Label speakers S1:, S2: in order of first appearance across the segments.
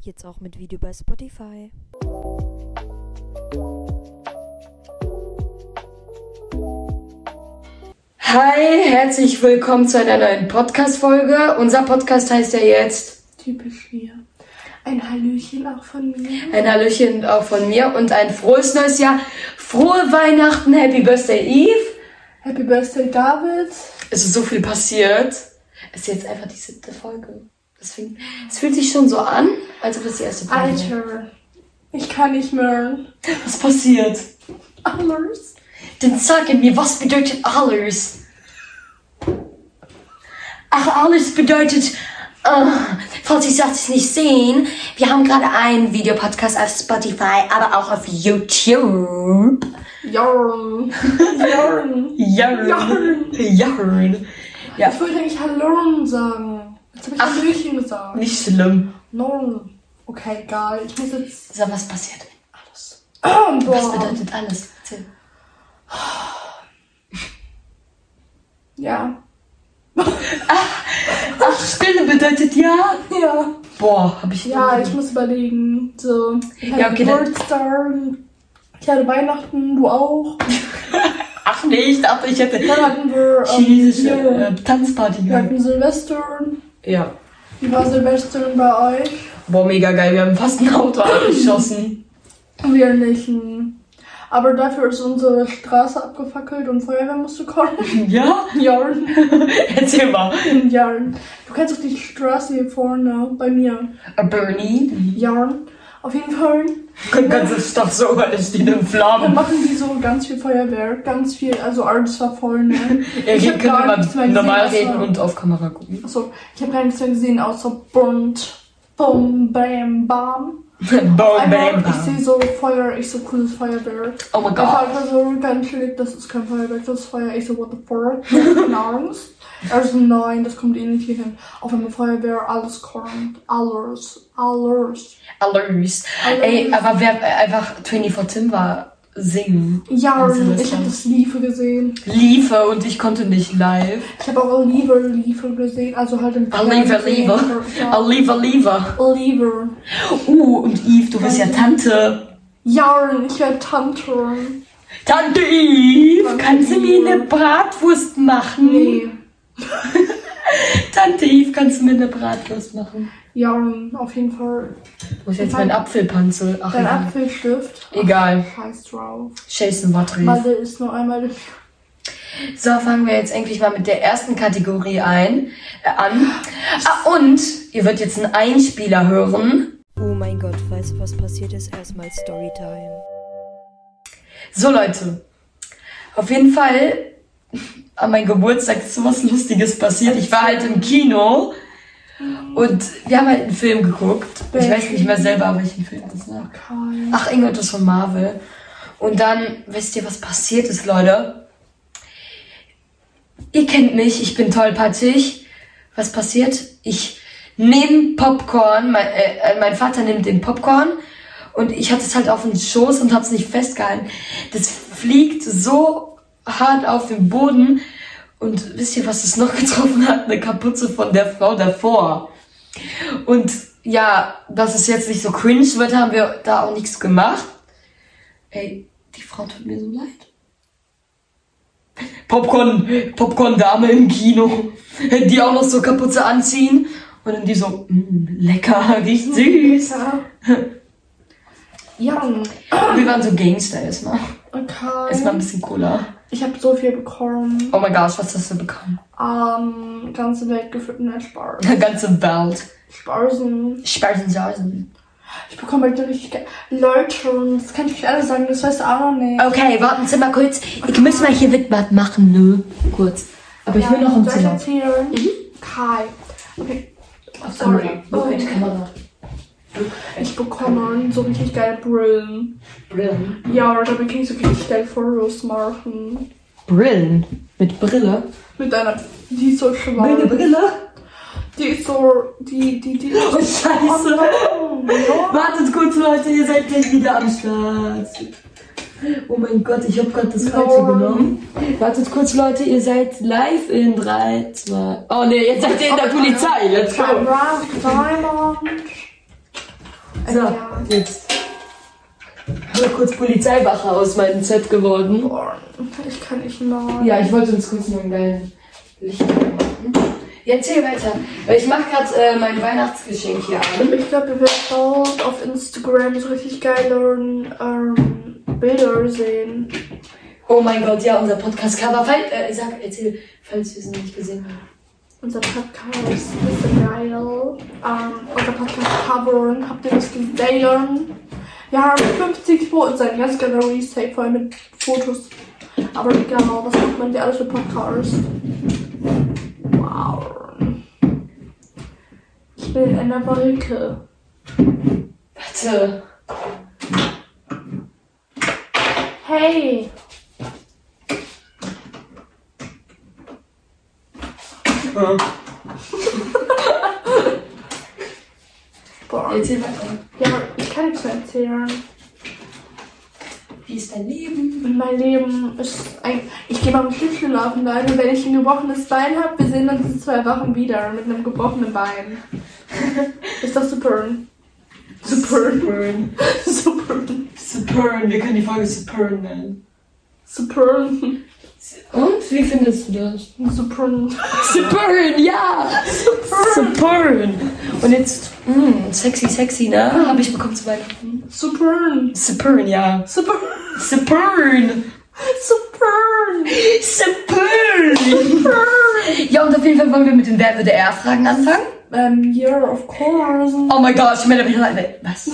S1: Jetzt auch mit Video bei Spotify.
S2: Hi, herzlich willkommen zu einer neuen Podcast-Folge. Unser Podcast heißt ja jetzt
S3: Typisch wir. Ein Hallöchen auch von mir.
S2: ein Hallöchen auch von mir und ein frohes neues Jahr. Frohe Weihnachten, Happy Birthday Eve.
S3: Happy Birthday, David.
S2: Es ist so viel passiert. Es ist jetzt einfach die siebte Folge. Deswegen, es fühlt sich schon so an, als ob es die erste Folge wäre.
S3: Alter, ich kann nicht mehr.
S2: Was passiert?
S3: Alles.
S2: Dann sage mir, was bedeutet alles? Ach, alles bedeutet, ah, falls Sie es nicht sehen, wir haben gerade einen Videopodcast auf Spotify, aber auch auf YouTube.
S3: Jorn. Jorn.
S2: Jarn. Jarn. Ja.
S3: Ich wollte eigentlich Hallorn sagen. Jetzt habe ich
S2: Ach.
S3: Hallöchen gesagt.
S2: Nicht schlimm.
S3: Norn. Okay, egal. Ich muss jetzt.
S2: So, was passiert? Alles.
S3: Oh,
S2: Was
S3: boah.
S2: bedeutet alles? Erzähl.
S3: Ja.
S2: Ach, Stille bedeutet ja.
S3: Ja.
S2: Boah, hab ich...
S3: Ja, ich muss überlegen. So. Ich hatte
S2: Ja, okay, dann-
S3: Geburtstag. Ich hatte Weihnachten, du auch.
S2: Ach nee, ich dachte, ich hätte...
S3: Dann hatten wir. ähm,
S2: Chinesische
S3: hier-
S2: äh, Tanzparty
S3: Wir
S2: gehabt.
S3: hatten Silvester.
S2: Ja.
S3: Wie war Silvester bei euch?
S2: Boah, mega geil, wir haben fast ein Auto abgeschossen.
S3: Wir nicht. hm. Aber dafür ist unsere Straße abgefackelt und Feuerwehr musste kommen.
S2: Ja?
S3: Jarn.
S2: Erzähl mal.
S3: Jarn. Du kennst doch die Straße hier vorne bei mir.
S2: Bernie.
S3: Jarn. Auf jeden Fall.
S2: Ganze Stadt so steht in
S3: Dann
S2: Flammen.
S3: machen die so ganz viel Feuerwerk, ganz viel, also alles war voll, ne?
S2: Ja,
S3: Ich
S2: hier
S3: hab
S2: können
S3: gar
S2: wir
S3: nichts mehr
S2: mal normal
S3: gesehen,
S2: reden
S3: außer-
S2: und auf Kamera gucken.
S3: Achso, Also, ich habe gar nichts mehr gesehen, außer bunt. Bum, bam, bam.
S2: Boom,
S3: Einmal,
S2: bam,
S3: ich sehe
S2: bam.
S3: so Feuer, ich so cooles Feuerwerk.
S2: Oh mein
S3: Der
S2: Gott.
S3: Vater so ganz chillig, das ist kein Feuerwerk, das ist Feuer. Ich so, what the fuck? Das ist keine Angst. Er so, nein, das kommt eh nicht hier hin. Auch wenn mit Feuerwehr alles kommt. Alles. Alles.
S2: Alarms.
S3: Alarms.
S2: Ey, aber wer äh, einfach 24 Tim war, singen.
S3: Ja,
S2: Also, das
S3: ich habe
S2: kann-
S3: das Liefe gesehen.
S2: Liefe und ich konnte nicht live.
S3: Ich habe auch Oliver Liefe gesehen. Also halt im
S2: Oliver,
S3: Fernsehen.
S2: Lieber.
S3: Ja.
S2: Oliver, Lieber.
S3: Oliver.
S2: Uh, und Eve, du bist ja Tante.
S3: Jarn, ich werde Tante.
S2: Tante Eve, kannst du mir eine Bratwurst machen?
S3: Nee.
S2: Tante Eve, kannst du mir eine Bratwurst machen?
S3: Jarn, auf jeden Fall.
S2: Wo ist jetzt mein Apfelpanzel? Ach,
S3: Dein
S2: egal.
S3: Apfelstift.
S2: egal.
S3: Scheiß drauf.
S2: Jason Wattries.
S3: Mathe ist nur einmal im
S2: So, fangen wir jetzt eigentlich mal mit der ersten Kategorie ein, äh, an. Ah, und ihr werdet jetzt einen Einspieler hören.
S1: Oh mein Gott, weißt du, was passiert ist? Erstmal Storytime.
S2: So, Leute. Auf jeden Fall, an meinem Geburtstag ist sowas Lustiges passiert. Ich war halt im Kino und wir haben halt einen Film geguckt. Ich weiß nicht mehr selber, welchen Film das war.
S3: Kai.
S2: Ach, Ingrid ist von Marvel. Und dann, wisst ihr, was passiert ist, Leute? Ihr kennt mich, ich bin tollpatschig. Was passiert? Ich nehme Popcorn, mein, äh, äh, mein Vater nimmt den Popcorn und ich hatte es halt auf den Schoß und hab's nicht festgehalten. Das fliegt so hart auf den Boden und wisst ihr, was es noch getroffen hat? Eine Kapuze von der Frau davor. Und ja, dass es jetzt nicht so cringe wird, haben wir da auch nichts gemacht. Ey, die Frau tut mir so leid. Popcorn, Popcorn-Dame im Kino. Die auch noch so Kapuze anziehen. Und dann die so, "Mm, lecker, riecht
S3: Mhm.
S2: süß.
S3: Jarn.
S2: Wir waren so Gangster erstmal. Erstmal ein
S3: Okay.
S2: bisschen Cola.
S3: Ich habe so viel bekommen.
S2: Oh mein Gott, was hast du bekommen?
S3: Ähm, ganze Welt gefüllt mit Spar
S2: Die ganze Welt.
S3: Sparsen.
S2: Speisen, Sausen.
S3: Ich bekomme halt richtig ge- Leute, das kann ich nicht alle sagen, das weißt du auch noch nicht.
S2: Okay, warten Sie mal kurz. Ich muss mal hier was machen, nö. Kurz. Aber ich will noch ein
S3: Soll ich
S2: Zimmer. Mhm.
S3: erzählen? Kai. Okay. Sorry.
S2: Sorry. Okay, Kamera.
S3: Ich bekomme so richtig geile Brillen.
S2: Brillen.
S3: Ja, damit kann ich so richtig geile Fotos machen.
S2: Brillen? Mit Brille?
S3: Mit einer, die ist so schwarz.
S2: Brille?
S3: Die ist so, die, die, die.
S2: Oh, scheiße.
S3: Oh, no.
S2: Wartet kurz, Leute, ihr seid gleich wieder am Start. Oh mein Gott, ich habe gerade das Falsche
S3: Nein.
S2: genommen. Wartet kurz, Leute, ihr seid live in 3, 2... Oh ne, jetzt seid ihr in der Polizei. Jetzt
S3: Kein
S2: komm.
S3: Rock Diamond.
S2: So,
S3: Ja.
S2: jetzt. Habe kurz Polizeiwache aus meinem Set geworden.
S3: Boah, ich kann nicht mal.
S2: Ja, ich wollte uns kurz noch einen geilen Licht machen. Ja, erzähl weiter. Weil ich mache gerade äh, mein Weihnachtsgeschenk hier an.
S3: Ich glaube, ihr werdet bald auf Instagram so richtig geile ähm, Bilder sehen.
S2: Oh mein Gott, ja, unser Podcast-Cover. Fall- Äh, sag, erzähl, falls wir es noch nicht gesehen haben.
S3: Unser Podcast ist so geil. Ähm, unser Podcast Covern, habt ihr das gesehen? Wir haben 50 Fotos, ein ganz Galerie safe voll mit Fotos. Aber genau, das macht man ja alles für Podcasts. Wow. Ich bin in einer Barrike.
S2: Warte.
S3: Hey! Boah.
S2: Erzähl weiter.
S3: Ja, aber ich kann nichts mehr erzählen.
S2: Wie ist dein Leben?
S3: Mein Leben ist ein. Ich gehe beim Schlittschuhlaufen, Leute. Wenn ich ein gebrochenes Bein habe, wir sehen uns in zwei Wochen wieder mit einem gebrochenen Bein. ist das super? Super.
S2: Supern.
S3: Super.
S4: Supern, wir können die Folge Supern nennen.
S3: Super.
S2: Und, wie findest du das?
S3: Super.
S2: Supern, ja! Supern. Und jetzt, mh, sexy, sexy, ne? Habe ich bekommen zu Weihnachten.
S3: Super.
S2: Supern, ja.
S3: Super.
S2: Supern.
S3: Super.
S2: Supern. Ja, und auf jeden Fall wollen wir mit den Wer würde er Fragen anfangen.
S3: Ähm, yeah, of course.
S2: Oh mein Gott, ich bin alleine. Was?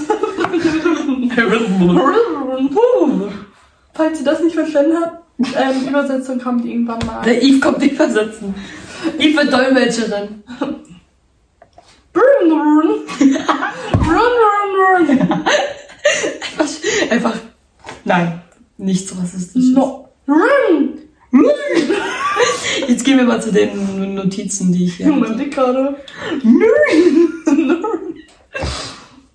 S3: Falls ihr das nicht verstanden habt, ähm, Übersetzung kommt irgendwann mal.
S2: Der Eve kommt nicht versetzen. Eve wird Dolmetscherin.
S3: Brun, brun. Brun, brun, brun.
S2: Einfach, nein, nichts rassistisch.
S3: No. Brun.
S2: Jetzt gehen wir mal zu den Notizen, die ich hier
S3: Junge,
S2: hatte.
S3: dick gerade.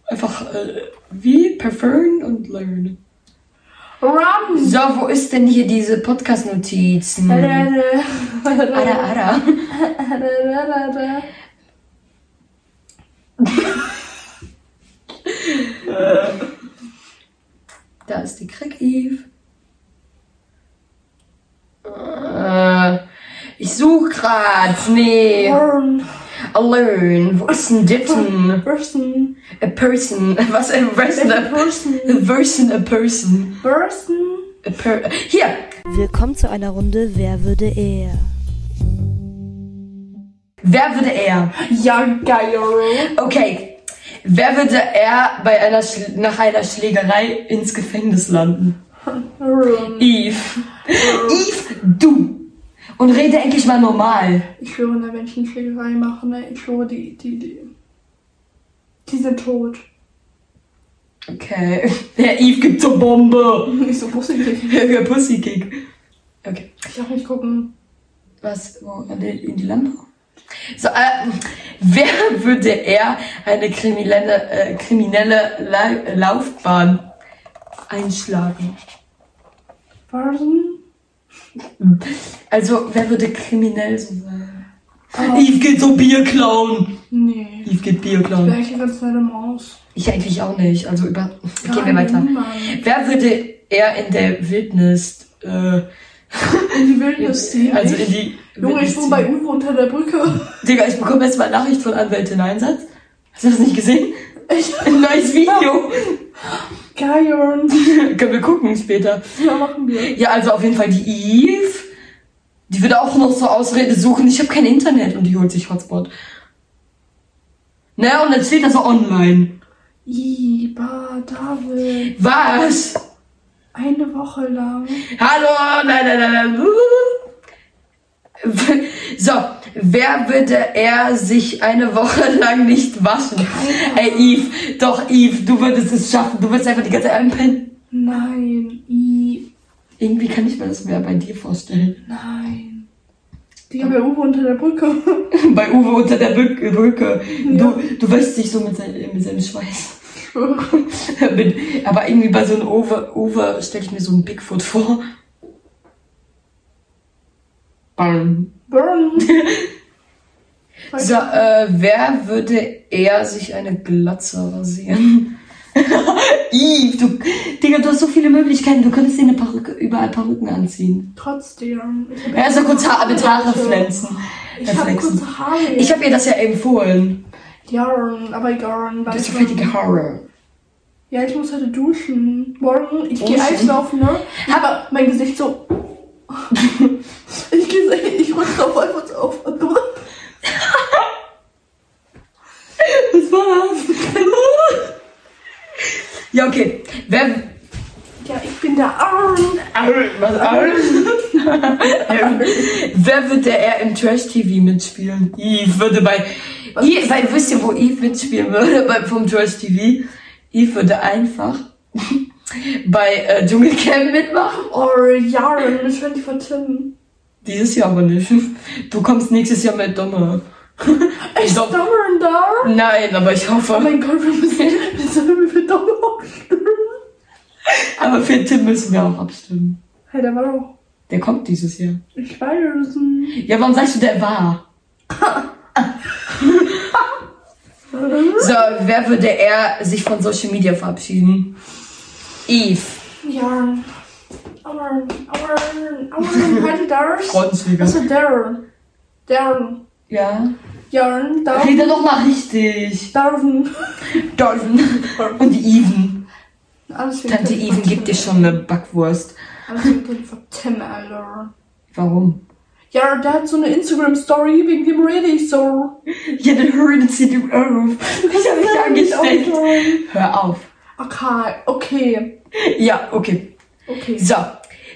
S2: Einfach, äh, wie, preferen und learn.
S3: Run.
S2: So, wo ist denn hier diese Podcast-Notizen? Ada, ada. Da ist die Krieg Eve. Äh, ich such grad. Nee.
S3: Brun.
S2: Alone. Wo ist denn Ditten?
S3: Person.
S2: A person. Was? A person. A
S3: Person.
S2: person. A person.
S3: Person.
S2: A per Hier.
S1: Willkommen zu einer Runde Wer würde er?
S2: Wer würde er?
S3: Ja, geil.
S2: Okay. Wer würde er bei einer Schl- nach einer Schlägerei ins Gefängnis landen?
S3: Run.
S2: Eve. Eve, du. Und rede endlich mal normal.
S3: Ich schwöre, wenn Menschen Schlägerei machen, ne? Ich schwöre, die, die, die. Die sind tot.
S2: Okay. Der Eve gibt zur Bombe.
S3: Nicht so bussig.
S2: Der Pussykick. Okay.
S3: Ich auch nicht gucken.
S2: Was? Wo? An die, in die Lampe? So, äh, wer würde eher eine kriminelle, äh, kriminelle La Laufbahn einschlagen?
S3: Person.
S2: Also, wer würde kriminell so sein?
S3: Oh.
S2: Eve geht so Bier klauen.
S3: Nee.
S2: Eve geht Bier klauen.
S3: Welche ganz eine Maus?
S2: Ich eigentlich auch nicht. Also, über. Gehen wir
S3: Nein,
S2: weiter.
S3: Mann.
S2: Wer würde eher in der Wildnis, äh,
S3: In die Wildnis ziehen.
S2: also in die.
S3: Junge, ich
S2: Wildnis
S3: wohne bei
S2: ziehen?
S3: Uwe unter der Brücke.
S2: Digga, ich bekomme erstmal eine Nachricht von Anwältin Einsatz. Hast du das nicht gesehen?
S3: Ich,
S2: Ein neues Video.
S3: geil.
S2: Können wir gucken später.
S3: Ja, machen wir.
S2: Ja, also auf jeden Fall die Eve. Die würde auch noch so Ausrede suchen, ich habe kein Internet und die holt sich Hotspot. Ne, und dann steht das so online.
S3: Iba, David.
S2: Was?
S3: Eine Woche lang.
S2: Hallo, nein, nein, nein, nein. So, wer würde er sich eine Woche lang nicht waschen? Ey, Eve, doch, Eve, du würdest es schaffen. Du würdest einfach die ganze Zeit einpennen.
S3: Nein. I.
S2: Irgendwie kann ich mir das mehr bei dir vorstellen.
S3: Nein. Die haben ja Uwe unter der Brücke.
S2: Bei Uwe unter der Brück- Brücke. Du, du wäschst dich so mit, sein, mit seinem Schweiß. Mit- Aber irgendwie bei so einem Uwe, Uwe stelle ich mir so einen Bigfoot vor. Bam. Also,
S3: Burn.
S2: So, äh, wer würde eher sich eine Glatze rasieren? Eve, du, Digga, du hast so viele Möglichkeiten. Du könntest dir eine Perücke, überall Perücken anziehen.
S3: Trotzdem. Ich hab
S2: Ja, so kurz Haare mit Haare
S3: Leute.
S2: flänzen.
S3: Ich habe
S2: Reflexen.
S3: kurze Haare.
S2: Ich habe ihr das ja empfohlen.
S3: Jarn, aber Jarn,
S2: Du hast
S3: weißt
S2: so
S3: du.
S2: fettige Haare.
S3: Ja, ich muss heute duschen. Morgen, ich gehe
S2: Duschen?
S3: Eislaufen, ne? Aber mein Gesicht so. ich gehe, ich rutsche drauf einfach auf.
S2: Das war's. ja, okay. Wer.
S3: Ja, ich bin der Arn.
S2: Wer wird der eher im Trash-TV mitspielen? Eve würde bei. Eve, weil wisst ihr, wo Eve mitspielen würde bei, vom Trash-TV? Eve würde einfach bei äh, Dschungelcamp mitmachen.
S3: Or Jarn, mit 24 Tim.
S2: Dieses Jahr aber nicht. Du kommst nächstes Jahr mit Donner.
S3: Echt
S2: glaub-
S3: Darren da?
S2: Nein, aber ich
S3: Oh
S2: hoffe.
S3: mein Gott, wir müssen, wir sollen mit Darren aufstimmen.
S2: Aber für Tim müssen wir auch abstimmen.
S3: Hey, der war doch.
S2: Der kommt dieses Jahr.
S3: Ich weiß es nicht.
S2: Ja, warum sagst du, der war? so, wer würde eher sich von Social Media verabschieden? Eve.
S3: Jarn. Arn, Arn, Arn, heute Darren.
S2: Freundenswege.
S3: Also Darren. Darren.
S2: Ja.
S3: Jarn, Darren.
S2: Rede doch mal richtig.
S3: Darren.
S2: Dolphin und Even.
S3: Alles wegen
S2: Tante
S3: dem
S2: Even
S3: Tim.
S2: gibt dir schon eine Backwurst.
S3: Alles wegen dem Ver- Tim, Alter.
S2: Warum?
S3: Ja, der hat so eine Instagram-Story, wegen dem rede ich so.
S2: Ja, dann hör jetzt hier den Anruf. Ich hab mich angesteckt.
S3: Okay,
S2: Hör auf.
S3: okay.
S2: Ja, okay.
S3: Okay.
S2: So.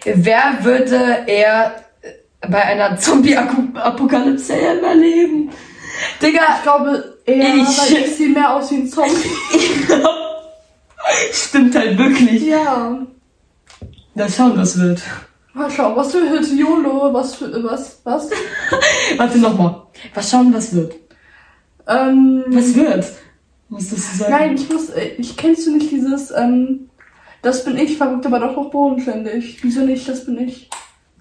S2: Wer würde eher äh, bei einer Zombie-Apokalypse überleben? Digga,
S3: Ich glaube, er,
S2: Ich-
S3: weil ich sehe mehr aus wie ein Zombie.
S2: Stimmt halt wirklich.
S3: ja.
S2: Mal schauen, was wird.
S3: Mal schauen, was für Hit YOLO, was für, äh, was, was?
S2: Warte nochmal. Mal schauen, was wird.
S3: ähm,
S2: Was wird? Musst du so sagen?
S3: nein, ich muss, äh, ich kennst du nicht dieses, ähm, das bin ich, verrückt, aber doch noch bodenständig. Wieso nicht, das bin ich.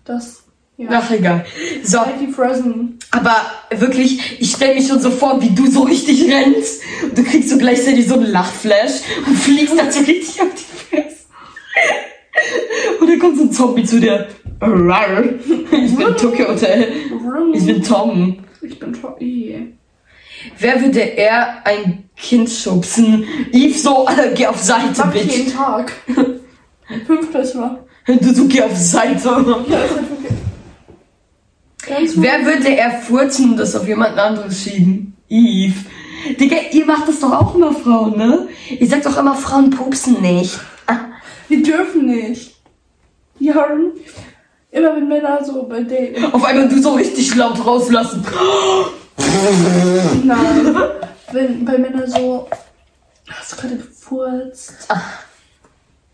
S3: Das, ja.
S2: Ach, egal. So,
S3: Mighty Frozen.
S2: aber wirklich, ich stelle mich schon so vor, wie du so richtig rennst. Und du kriegst so gleichzeitig so einen Lachflash und fliegst dann so richtig auf die Fresse. Und dann kommt so ein Zombie zu dir. Rar. Ich bin Tokyo Hotel. Ich bin Tom.
S3: Ich bin Tobi.
S2: Wer würde eher ein Kind schubsen? Eve so, äh, geh auf Seite,
S3: Mach ich
S2: Bitch.
S3: jeden Tag. Fünftes Mal.
S2: Du, du geh auf Seite.
S3: Ja, ist halt wirklich. Ganz Wer?
S2: Wer würde eher furzen und das auf jemand anderes schieben? Eve. Digga, ihr macht das doch auch immer Frauen, ne? Ihr sagt doch immer, Frauen pupsen nicht.
S3: Wir dürfen nicht. Die haben immer mit Männern so bei Daten.
S2: Auf einmal du so richtig laut rauslassen.
S3: Nein. Wenn bei Männern so. Hast du gerade gefurzt?
S2: Ah.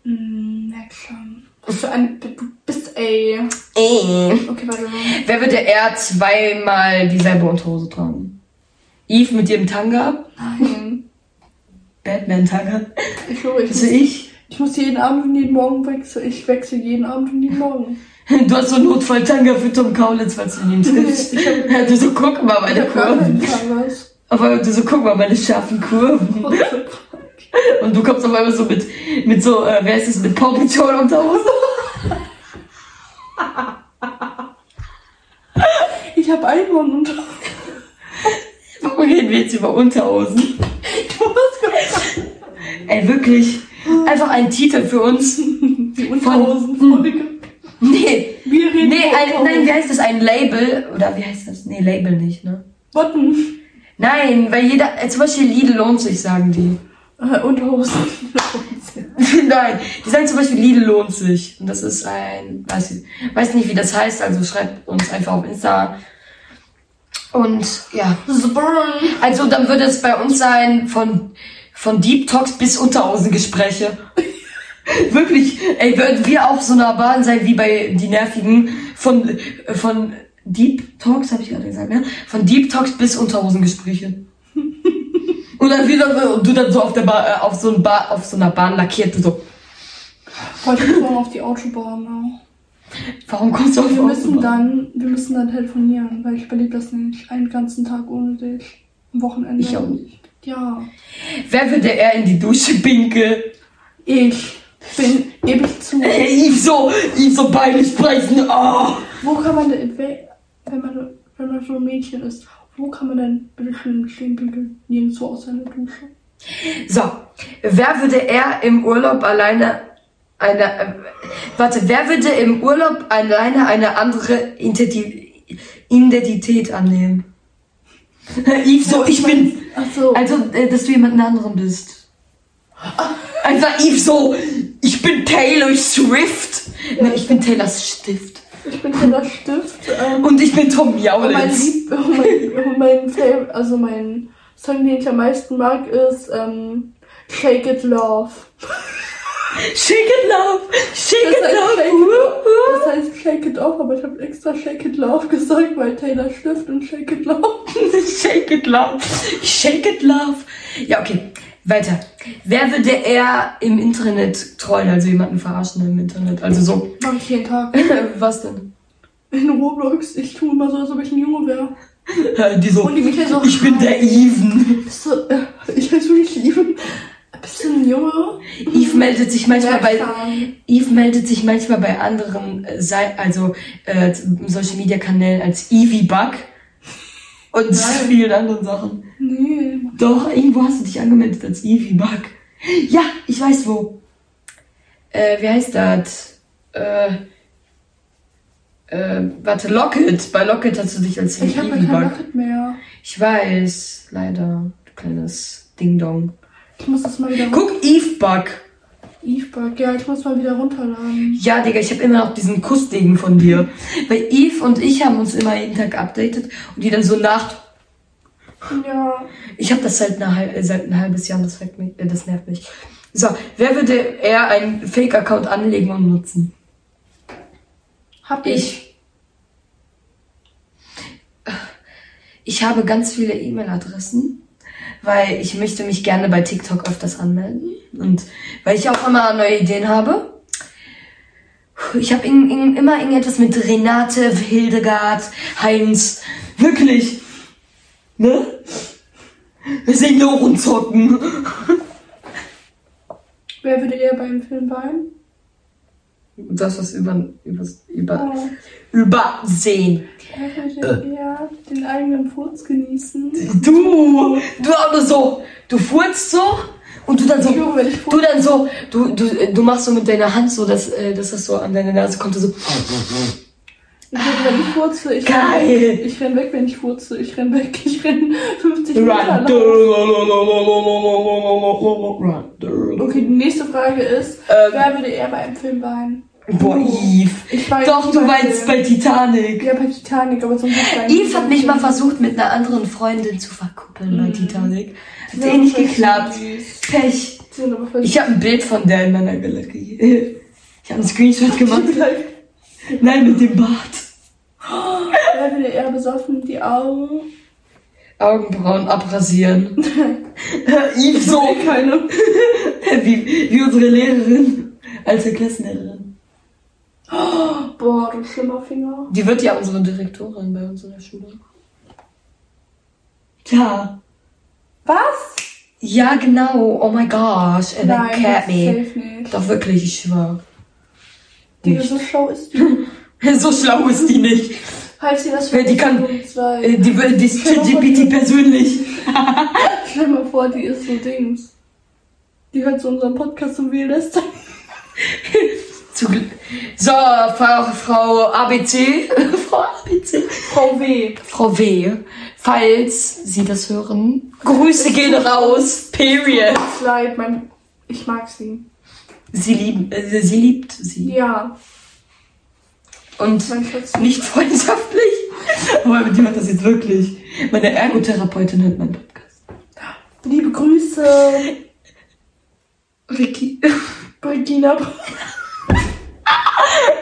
S3: Hm, merk schon. Was für ein. Du bist ey.
S2: Äh.
S3: Okay, warte mal.
S2: Wer würde eher zweimal dieselbe Unterhose tragen? Eve mit ihrem Tanga?
S3: Nein.
S2: Batman-Tanga?
S3: Ich glaube, ich,
S2: Also
S3: muss-
S2: ich?
S3: ich muss jeden Abend und jeden Morgen wechseln. Ich wechsle jeden Abend und jeden Morgen.
S2: Du hast so einen Notfall-Tanga für Tom Kaulitz, falls du ihn triffst.
S3: Ich hab-
S2: Ja, du so, guck mal
S3: Ich
S2: meine
S3: hab gar keinen
S2: Kurven.
S3: Covers.
S2: Auf einmal du so, guck mal meine scharfen Kurven. Und du kommst auf einmal so mit, mit so, äh, wer ist es, mit Paw Patrol Unterhose?
S3: Ich habe Einhorn und
S2: Warum reden wir jetzt über Unterhosen? Ey, wirklich. Einfach ein Titel für uns.
S3: die Unterhosenfolge.
S2: Nee,
S3: Wir reden
S2: Hm. nee,
S3: über
S2: ein, nein, wie
S3: Unterhosen.
S2: heißt das? Ein Label? Oder wie heißt das? Nee, Label nicht, ne?
S3: Botten.
S2: Nein, weil jeder, äh, zum Beispiel Lidl lohnt sich, sagen die.
S3: Äh, Unterhosen.
S2: nein, die sagen zum Beispiel Lidl lohnt sich. Und das ist ein, weiß, ich, weiß nicht, wie das heißt, also schreibt uns einfach auf Insta. Und ja,
S3: Sprung.
S2: Also dann würde es bei uns sein von, von Deep Talks bis Unterhausengespräche. Wirklich, ey, würden wir auf so einer Bahn sein wie bei die Nervigen von, von Deep Talks, habe ich gerade gesagt, ne? Von Deep Talks bis Unterhosengespräche. Und dann wieder und du dann so auf der Bahn, äh, auf so, ein Bar, auf so einer Bahn lackiert, du so,
S3: Heute müssen wir auf die Autobahn. ne?
S2: warum kommst du auf
S3: Wir
S2: die
S3: müssen
S2: Autobahn?
S3: dann, wir müssen dann telefonieren, weil ich überlebe das nicht. Einen ganzen Tag ohne dich. Am Wochenende.
S2: Ich auch nicht.
S3: Ja.
S2: Wer würde eher in die Dusche pinkeln?
S3: Ich bin ewig zu.
S2: Ey, Yves so, Yves so peinlich sprechen. Oh.
S3: Wo kann man denn, wenn wenn man, wenn man so ein Mädchen ist, wo kann man denn bitte schön stehen pinkeln? Nirgendwo außer in der Dusche.
S2: So, wer würde eher im Urlaub alleine eine. Äh, warte, wer würde im Urlaub alleine eine andere Identi- Identität annehmen? Yves so, ich bin.
S3: Achso.
S2: Also, äh, dass du jemanden anderen bist. Ah, Einfach Yves so, ich bin Taylor Swift. Ne, ich bin Taylors Stift.
S3: Ich bin Taylor Stift. Ähm,
S2: Und ich bin Tom
S3: und mein
S2: Jaulenz.
S3: Lieb, und mein, und mein Fav also mein Song, den ich am meisten mag, ist ähm, Shake It Love.
S2: Shake it love, shake
S3: Das
S2: it
S3: heißt
S2: love.
S3: Shake It Off.
S2: Woo, woo.
S3: Genau, Das heißt Shake It Off, aber ich habe extra Shake It Love gesagt, weil Taylor Stift und Shake It Love.
S2: Shake it love. Shake it love. Ja, okay. Weiter. Wer würde eher im Internet trollen, also jemanden verarschen im Internet? Also so.
S3: Mach ich jeden Tag.
S2: Was denn?
S3: In Roblox, ich tue immer so, als ob ich ein Junge wäre.
S2: Äh, Die so.
S3: Und die Michael so,
S2: Ich bin der Even.
S3: Bist du, äh, ich will wirklich lieben. Bist du ein Junge?
S2: Eve meldet sich manchmal bei.
S3: Werksam.
S2: Eve meldet sich manchmal bei anderen äh, Sei- also äh, Social Media Kanälen als Evie Bug und vielen anderen Sachen.
S3: Nee.
S2: Doch, irgendwo hast du dich angemeldet als Evie Bug. Ja, ich weiß wo. Äh, wie heißt das? Äh, äh, warte, Locket. Bei Locket hast du dich als
S3: Ich habe
S2: Evie
S3: kein
S2: Bug.
S3: Rocket mehr.
S2: Ich weiß, leider. Du kleines Ding-Dong.
S3: Ich muss das mal wieder
S2: Guck, Eve Bug.
S3: E-Spark, ja, ich muss mal wieder runterladen.
S2: Ja, Digga, ich habe immer noch diesen Kussdegen von dir. Weil Eve und ich haben uns immer jeden Tag geupdatet und die dann so Nacht.
S3: Ja.
S2: Ich habe das seit, einer, hal- äh, seit ein halbes Jahr, das, fuckt mich, äh, das nervt mich. So, wer würde eher einen Fake-Account anlegen und nutzen?
S3: Hab ich.
S2: Ich. Ich habe ganz viele E-Mail-Adressen, weil ich möchte mich gerne bei TikTok öfters anmelden und weil ich auch immer neue Ideen habe. Ich habe irgend- irgend- immer irgendetwas mit Renate, Hildegard, Heinz. Wirklich. Ne? Seniorenzocken.
S3: Wer würde eher beim Film beim?
S2: Das, was über, über, über,
S3: Oh.
S2: übersehen.
S3: Wer würde eher den eigenen Furz genießen?
S2: Äh. Du, du auch nur so, du furzt so und du dann so,
S3: Junge, wenn ich
S2: du
S3: Furz.
S2: dann so, du, du, du machst so mit deiner Hand so, dass, äh, dass das so an deine Nase kommt und so,
S3: Ich würde, wenn ich furze, ich
S2: Geil.
S3: Renn, ich renn weg, wenn ich furze. Ich renn weg, ich renn 50 Meter
S2: run.
S3: lang.
S2: Run.
S3: Okay, die nächste Frage ist,
S2: Ähm.
S3: wer würde eher bei einem Film weinen?
S2: Boah, Eve.
S3: Ich weine
S2: Doch,
S3: nie
S2: du
S3: bei
S2: weinst
S3: Filmen.
S2: bei Titanic.
S3: Ja, bei Titanic, aber sonst nicht bei
S2: Eve hat mich mal versucht, mit einer anderen Freundin zu verkuppeln bei Titanic. Hat eh nicht geklappt. Pech.
S3: Die sind aber voll
S2: Ich habe ein Bild von der in meiner Galerie. Ich habe einen Screenshot gemacht. Nein, mit dem Bart.
S3: Wer würde eher besoffen die Augen?
S2: Augenbrauen abrasieren. Yves so,
S3: keine.
S2: wie, wie unsere Lehrerin, alte Klassenlehrerin.
S3: Boah, du schlimmer Finger.
S2: Die wird ja unsere Direktorin bei uns in der Schule. Ja.
S3: Was?
S2: Ja, genau. Oh my gosh. And then cat me.
S3: safe nicht.
S2: Doch wirklich, ich schwör.
S3: Digga, so schlau ist die.
S2: So schlau ist die nicht.
S3: Falls ihr das
S2: Ja, die kann- Äh,
S3: um Zwei.
S2: Die, will- die ist ChatGPT persönlich.
S3: Stell mal vor, die ist so Dings. Die hört zu unserem Podcast und wir lästern.
S2: Zu Glück. So, Frau, Frau ABC. Frau ABC.
S3: Frau W.
S2: Frau W., falls Sie das hören, Grüße gehen raus. Period.
S3: Tut's leid, mein. Ich mag sie.
S2: Sie lieben, äh, sie liebt sie.
S3: Ja,
S2: Und
S3: mein Schatz.
S2: nicht freundschaftlich. Aber mit dir hat das jetzt wirklich. Meine Ergotherapeutin hört meinen Podcast.
S3: Liebe Grüße,
S2: Ricky.
S3: Regina.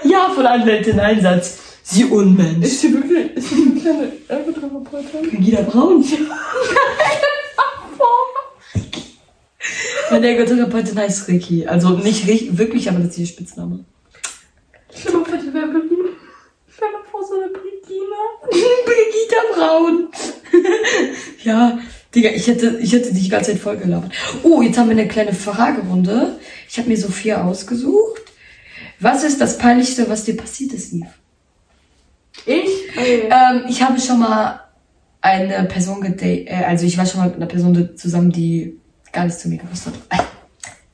S2: Ja, von Anwältin Einsatz. Sie Unmensch.
S3: Ist sie wirklich, ist sie eine kleine Ergotherapeutin?
S2: Regina Braun. Meine Ergotherapeutin heißt Ricky. Also nicht ri- wirklich, aber das ist ihr Spitzname.
S3: Stell mal vor, die wäre Regina. Stell mal vor, so eine Regina.
S2: Brigitte Braun. ja, Digga, ich hätte, ich hätte dich die ganze Zeit voll gelabert. Oh, jetzt haben wir eine kleine Fragerunde. Ich habe mir so vier ausgesucht. Was ist das Peinlichste, was dir passiert ist, Eve?
S3: Ich? Okay.
S2: Ähm, ich habe schon mal eine Person gedatet, äh, also ich war schon mal mit einer Person d- zusammen, die gar nichts zu mir gewusst hat.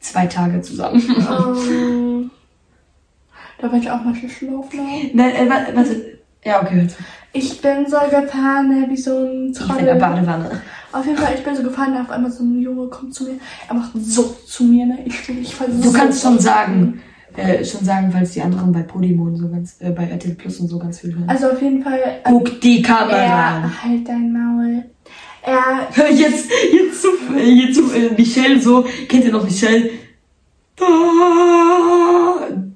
S2: Zwei Tage zusammen.
S3: Ähm, da war ich auch mal Schlaflauf.
S2: Nein, äh, wa- warte. Ja, okay. hör zu.
S3: Ich bin so gefahren, wie so ein
S2: Ich war in der
S3: Trottel.
S2: Badewanne.
S3: Auf jeden Fall, ich bin so gefahren, auf einmal so ein Junge kommt zu mir. Er macht so zu mir, ne? Ich, ich fall so
S2: Du kannst schon sagen, äh, schon sagen, weil es die anderen bei Podimo und so ganz, äh, bei RTL Plus und so ganz viel hören.
S3: Also auf jeden Fall. äh,
S2: Guck die Kamera an.
S3: Er, halt dein Maul. Er,
S2: Jetzt, jetzt zu, jetzt zu äh, Michelle so, kennt ihr noch Michelle? Da,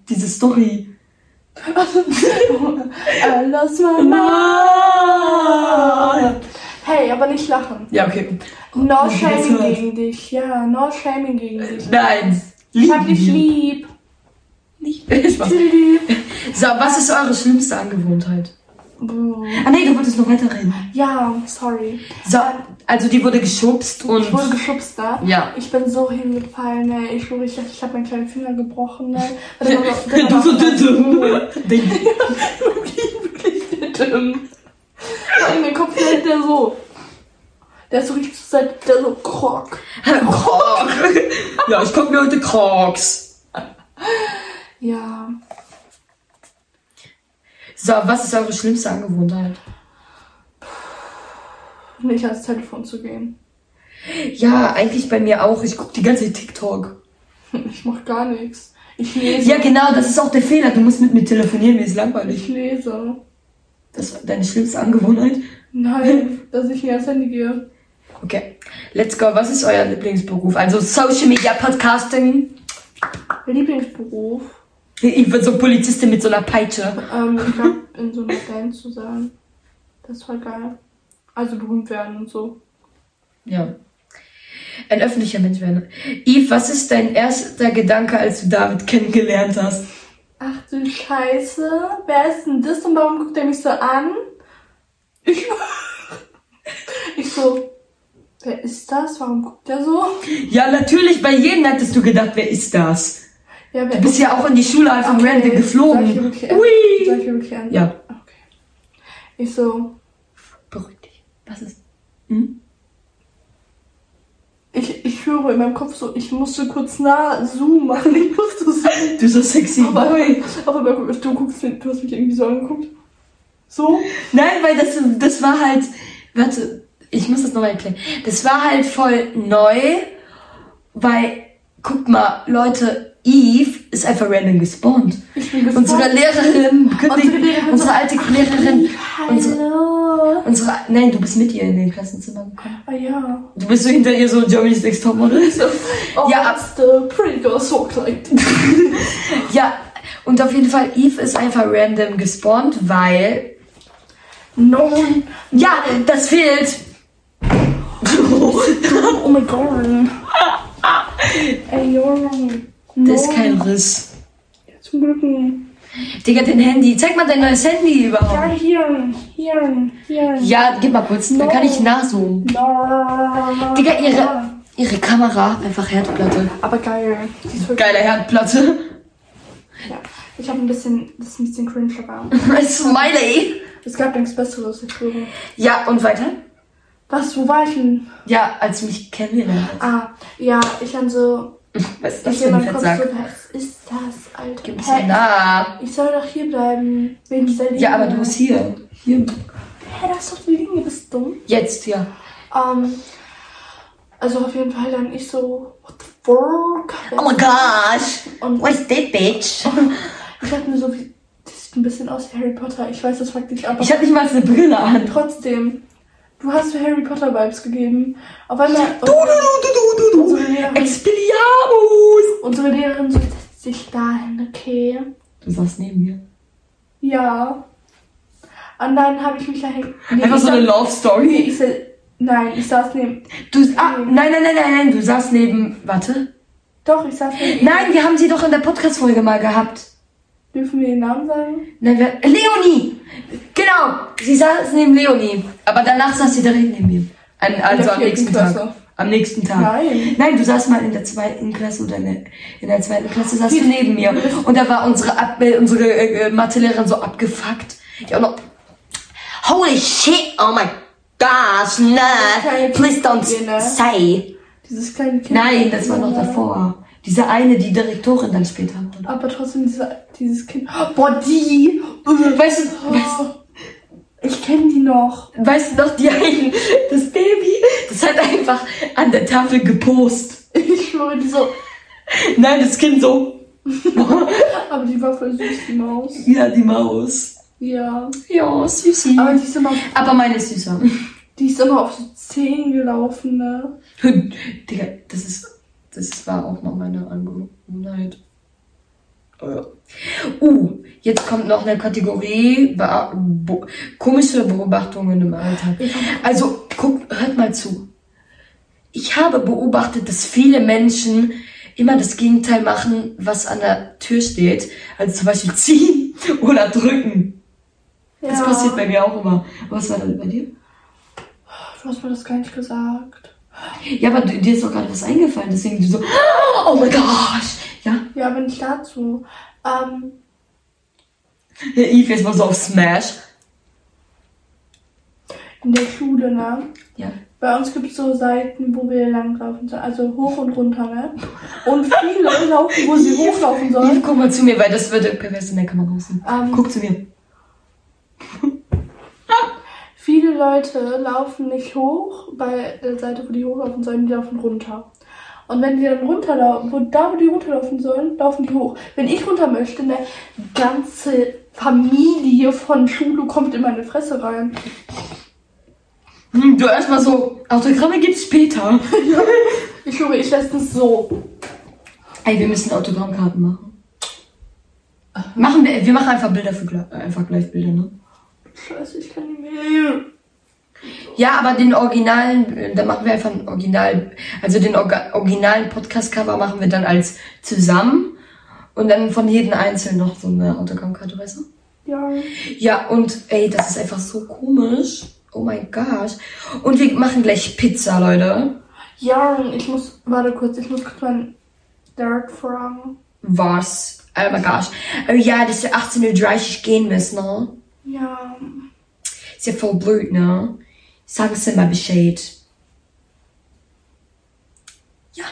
S2: diese Story.
S3: er äh, lass mal
S2: Na.
S3: Hey, aber nicht lachen.
S2: Ja, okay.
S3: No
S2: das
S3: shaming
S2: hört.
S3: gegen dich. Ja, no shaming gegen dich.
S2: Nein.
S3: Ich hab dich lieb.
S2: Spaß. So, was ist eure schlimmste Angewohnheit?
S3: Buh.
S2: Ah nee, du wolltest noch weiterreden.
S3: Ja, sorry.
S2: So, also die wurde geschubst und.
S3: Ich wurde geschubst da.
S2: Ja.
S3: Ich bin so hingefallen, ey. Ich schwöre, ich dachte, ich habe meinen kleinen Finger gebrochen, ne? ey.
S2: Du so dünn. Ding.
S3: dünn. Und mein Kopf hält der so. Der ist so richtig zur Seite, der so krock.
S2: Krog. Ja, ich komm mir heute Krogs.
S3: Ja.
S2: So, was ist eure schlimmste Angewohnheit?
S3: Nicht ans Telefon zu gehen.
S2: Ja, eigentlich bei mir auch. Ich guck die ganze Zeit TikTok.
S3: Ich mach gar nichts. Ich lese.
S2: Ja, genau, das ist auch der Fehler. Du musst mit mir telefonieren, mir ist
S3: Ich
S2: langweilig.
S3: lese.
S2: Das war deine schlimmste Angewohnheit?
S3: Nein, dass ich nie ans Handy gehe.
S2: Okay, let's go. Was ist euer Lieblingsberuf? Also Social Media Podcasting.
S3: Lieblingsberuf.
S2: Ich würde so Polizistin mit so einer Peitsche.
S3: Ähm, ich glaube, in so einer Band zu sein. Das ist voll geil. Also berühmt werden und so.
S2: Ja. Ein öffentlicher Mensch werden. Yves, was ist dein erster Gedanke, als du David kennengelernt hast?
S3: Ach du Scheiße, wer ist denn das und warum guckt er mich so an? Ich, ich so, wer ist das? Warum guckt er so?
S2: Ja, natürlich, bei jedem hättest du gedacht, wer ist das?
S3: Ja, wer
S2: Du bist ja auch in die Schule einfach
S3: Okay,
S2: random
S3: Soll ich
S2: geflogen.
S3: wirklich ernst- soll
S2: Ui!
S3: ich wirklich ernst-
S2: Ja.
S3: Okay. Ich so,
S2: Beruhig dich. Was ist?
S3: ich, ich höre in meinem Kopf so, ich musste kurz nah Zoom machen. Ich musste so.
S2: Du so sexy
S3: Aber,
S2: boy.
S3: aber du guckst, mich- du hast mich irgendwie so angeguckt. So?
S2: Nein, weil das, das war halt. Warte, ich muss das nochmal erklären. Das war halt voll neu, weil, guck mal, Leute, Eve ist einfach random gespawnt.
S3: Ich bin gespannt.
S2: Unsere Lehrerin, unsere,
S3: Lehrerin
S2: unsere alte Lehrerin, unsere,
S3: Hallo.
S2: unsere, nein, du bist mit ihr in den Klassenzimmer gekommen.
S3: Ah ja.
S2: Du bist so hinter ihr so Germany's Next Topmodel. Ja.
S3: Oh, ja. That's the pretty girl so like.
S2: Ja, und auf jeden Fall, Eve ist einfach random gespawnt, weil.
S3: No.
S2: Ja, das fehlt!
S3: Oh mein Gott. Ey, yo. No.
S2: Das ist kein Riss.
S3: Zum Glück. nicht.
S2: Digga, dein Handy. Zeig mal dein neues Handy
S3: Ja,
S2: überhaupt.
S3: hier. Hier. Hier.
S2: Ja, gib mal kurz, dann kann ich nachzoomen.
S3: No.
S2: Digga, ihre, ihre Kamera hat einfach Herdplatte.
S3: Aber geil. Die ist voll
S2: Geile Herdplatte.
S3: Ja. Ich habe ein bisschen, das ist ein bisschen cringe, aber
S2: Smiley.
S3: es gab nichts Besseres. Ich schwöre.
S2: Ja, und weiter?
S3: Was, wo war ich denn?
S2: Ja, als du mich kennengelernt hast.
S3: Ah, ja, ich dann so,
S2: Was ist das
S3: ich
S2: für
S3: in
S2: ein
S3: meinem Kopf so,
S2: Versagen?
S3: was ist das, Alter?
S2: Gib
S3: Hä?
S2: mir nah.
S3: Ich soll doch hier bleiben. Wegen dieser Linie.
S2: Ja, aber du bist hier. Hier.
S3: Hä, das ist doch die Linie, bist du dumm?
S2: Jetzt, ja.
S3: Ähm, also auf jeden Fall dann ich so, what the fuck?
S2: Oh my gosh.
S3: Und
S2: What's that bitch?
S3: ich dachte mir so, wie, das sieht ein bisschen aus wie Harry Potter. Ich weiß das faktisch, aber
S2: Ich hab nicht mal eine Brille an.
S3: trotzdem. Du hast mir Harry Potter Vibes gegeben. Auf einmal. oh,
S2: Du, du, du, du, du, du.
S3: Unsere Lehrerin,
S2: Expelliarmus.
S3: unsere Lehrerin so, setz dich dahin, okay?
S2: Du saßt neben mir.
S3: Ja. Und dann habe ich mich dahin. Nee,
S2: Einfach
S3: ich
S2: so eine
S3: saß-
S2: Love
S3: Nee,
S2: Story.
S3: ich sa- Nein, ich saß neben.
S2: Du, ah, nein, nein, nein, nein, nein, du saßt neben, warte.
S3: Doch, ich saß neben.
S2: Nein, wir haben sie doch in der Podcast-Folge mal gehabt.
S3: Dürfen wir den Namen sagen?
S2: Nein, wer, Leonie! Genau, sie saß neben Leonie. Aber danach saß sie direkt neben mir. An, also am
S3: vierten
S2: nächsten
S3: Klasse.
S2: Tag. Am nächsten Tag.
S3: Nein.
S2: Nein, du saßt mal in der zweiten Klasse oder ne, in der zweiten Klasse saß
S3: Wie-
S2: du neben mir. Und da war unsere, Ab äh, unsere äh, äh, Mathelehrerin so abgefuckt. Ja, noch. Holy shit, oh my gosh,
S3: Keine
S2: ne. Please don't
S3: Kinder.
S2: say.
S3: Dieses kleine Kind.
S2: Nein, das war noch davor. Diese eine, die Direktorin dann später wurde.
S3: Aber trotzdem, diese, dieses Kind. Oh, Boah, die! Weißt du, ich kenne die noch.
S2: Weißt du noch, die einen, das Baby, das hat einfach an der Tafel gepost.
S3: Ich schwöre, die so.
S2: Nein, das Kind so.
S3: Aber die war voll süß, die Maus.
S4: Ja, die Maus.
S3: Ja.
S2: Ja, süßi.
S3: Aber die ist immer,
S2: Aber meine ist süßer.
S3: die ist immer auf so Zehen gelaufen, ne?
S2: Digga, das ist. Das war auch noch meine Angewohnheit. Äh. Uh, jetzt kommt noch eine Kategorie Bea- Bo komische Beobachtungen im Alltag. Also, guck, hört mal zu. Ich habe beobachtet, dass viele Menschen immer das Gegenteil machen, was an der Tür steht. Also zum Beispiel ziehen oder drücken. Das
S3: Ja.
S2: passiert bei mir auch immer. Was war das bei dir?
S3: Du hast mir das gar nicht gesagt.
S2: Ja, aber du- dir ist doch gerade was eingefallen, deswegen du so, oh mein Gott. Ja,
S3: Ja, wenn ich dazu. Ähm,
S2: der Eve jetzt mal so auf Smash.
S3: in der Schule, ne?
S2: Ja.
S3: Bei uns gibt es so Seiten, wo wir langlaufen sollen. Also hoch und runter, ne? Und viele laufen, wo sie hochlaufen
S2: Eve,
S3: sollen.
S2: guck mal zu mir, weil das würde pervers in der Kamera aussehen.
S3: Ähm,
S2: Guck zu mir.
S3: Viele Leute laufen nicht hoch bei der Seite, wo die hochlaufen sollen, die laufen runter. Und wenn die dann runterlaufen, wo, da wo die runterlaufen sollen, laufen die hoch. Wenn ich runter möchte, eine ganze Familie von Schulu kommt in meine Fresse rein.
S2: Hm, du erstmal so, Autogramme gibt's später.
S3: Ich schwöre, ich letztens so.
S2: Ey, wir müssen Autogrammkarten machen. Machen wir, wir machen einfach Bilder für gla- äh, einfach gleich Bilder, ne?
S3: Scheiße, ich kann nicht mehr.
S2: Ja, aber den originalen, äh, da machen wir einfach ein Original, also den Orga originalen Podcast-Cover machen wir dann als zusammen und dann von jedem einzeln noch so eine Autogrammkarte, weißt du?
S3: Ja.
S2: Ja, und ey, das ist einfach so komisch. Oh mein Gott. Und wir machen gleich Pizza, Leute.
S3: Ja, ich muss, warte kurz, ich muss kurz meinen Derek fragen.
S2: Was? Oh mein Gott. Oh ja, das ist 18.30 Uhr gehen müssen, ne?
S3: Ja.
S2: Ist ja voll blöd, ne? Sagen Sie mal Bescheid. Ja.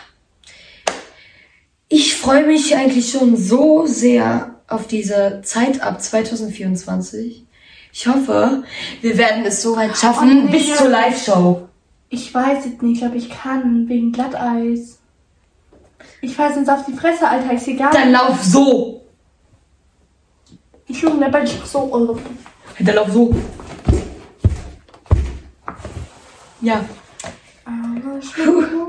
S2: Ich freue mich eigentlich schon so sehr auf diese Zeit ab 2024. Ich hoffe, wir werden es soweit schaffen
S3: Oh, nee.
S2: bis zur Live-Show.
S3: Ich weiß jetzt nicht, ob ich kann, wegen Glatteis. Ich weiß uns auf die Fresse, Alter, ist egal.
S2: Dann lauf so.
S3: Ich schwöre, der Ball ist so oh.
S2: Dann lauf so. Ja.
S3: Aber ich schwöre-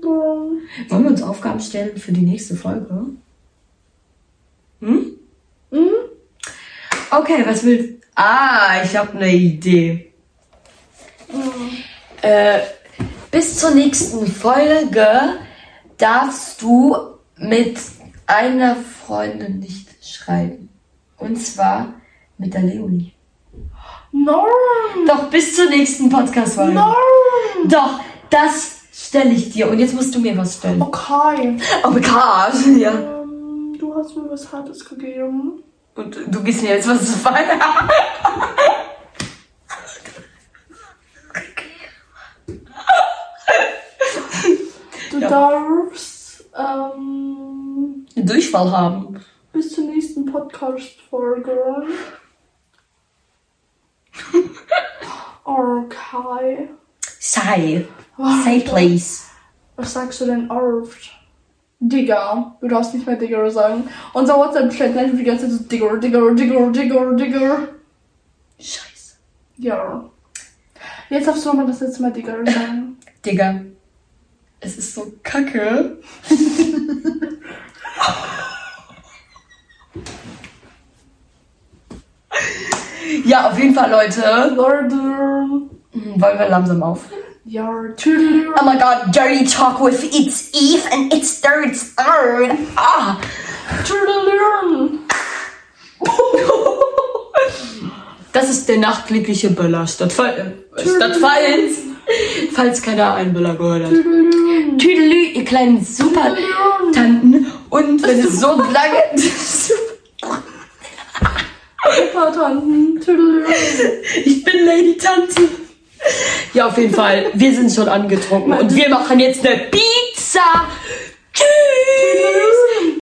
S2: Wollen wir uns Aufgaben stellen für die nächste Folge? Hm?
S3: Hm?
S2: Okay, was willst Ah, ich habe eine Idee. Äh, bis zur nächsten Folge darfst du mit einer Freundin nicht schreiben. Und zwar mit der Leonie.
S3: Norm!
S2: Doch, bis zur nächsten Podcast-Folge.
S3: Norm!
S2: Doch, das stelle ich dir. Und jetzt musst du mir was stellen.
S3: Okay.
S2: Oh mein Gott, ja.
S3: Ähm, du hast mir was Hartes gegeben.
S2: Und du gibst mir jetzt was zu fallen.
S3: Du darfst ähm,
S2: Durchfall haben.
S3: bis zur nächsten Podcast-Folge. Okay.
S2: Sei. Say please.
S3: Was sagst du denn oft? Digger. Du darfst nicht mehr Digger sagen. Unser WhatsApp-Chat nennt die ganze Zeit so Digger, Digger, Digger, Digger, Digger.
S2: Scheiße.
S3: Ja. Jetzt darfst du nochmal das letzte Mal Digger sagen.
S2: Digga. Es ist so kacke. ja, auf jeden Fall, Leute.
S3: Lorde.
S2: Hm, Wollen wir langsam auf.
S3: Ja, tüdelü.
S2: Oh my god, dirty talk with it's Eve and it's dirt. Ah.
S3: Tüdelü.
S2: Das ist der nachträgliche Böller Stadtfall, äh, Stadtfallens. Falls keiner einen Böller gehört hat. Tüdelü, ihr kleinen Supertanten. Und wenn es so lange.
S3: Supertanten. Tüdelü.
S2: Ich bin Lady Tante. Ja, auf jeden Fall. Wir sind schon angetrunken und wir machen jetzt eine Pizza. Tschüss.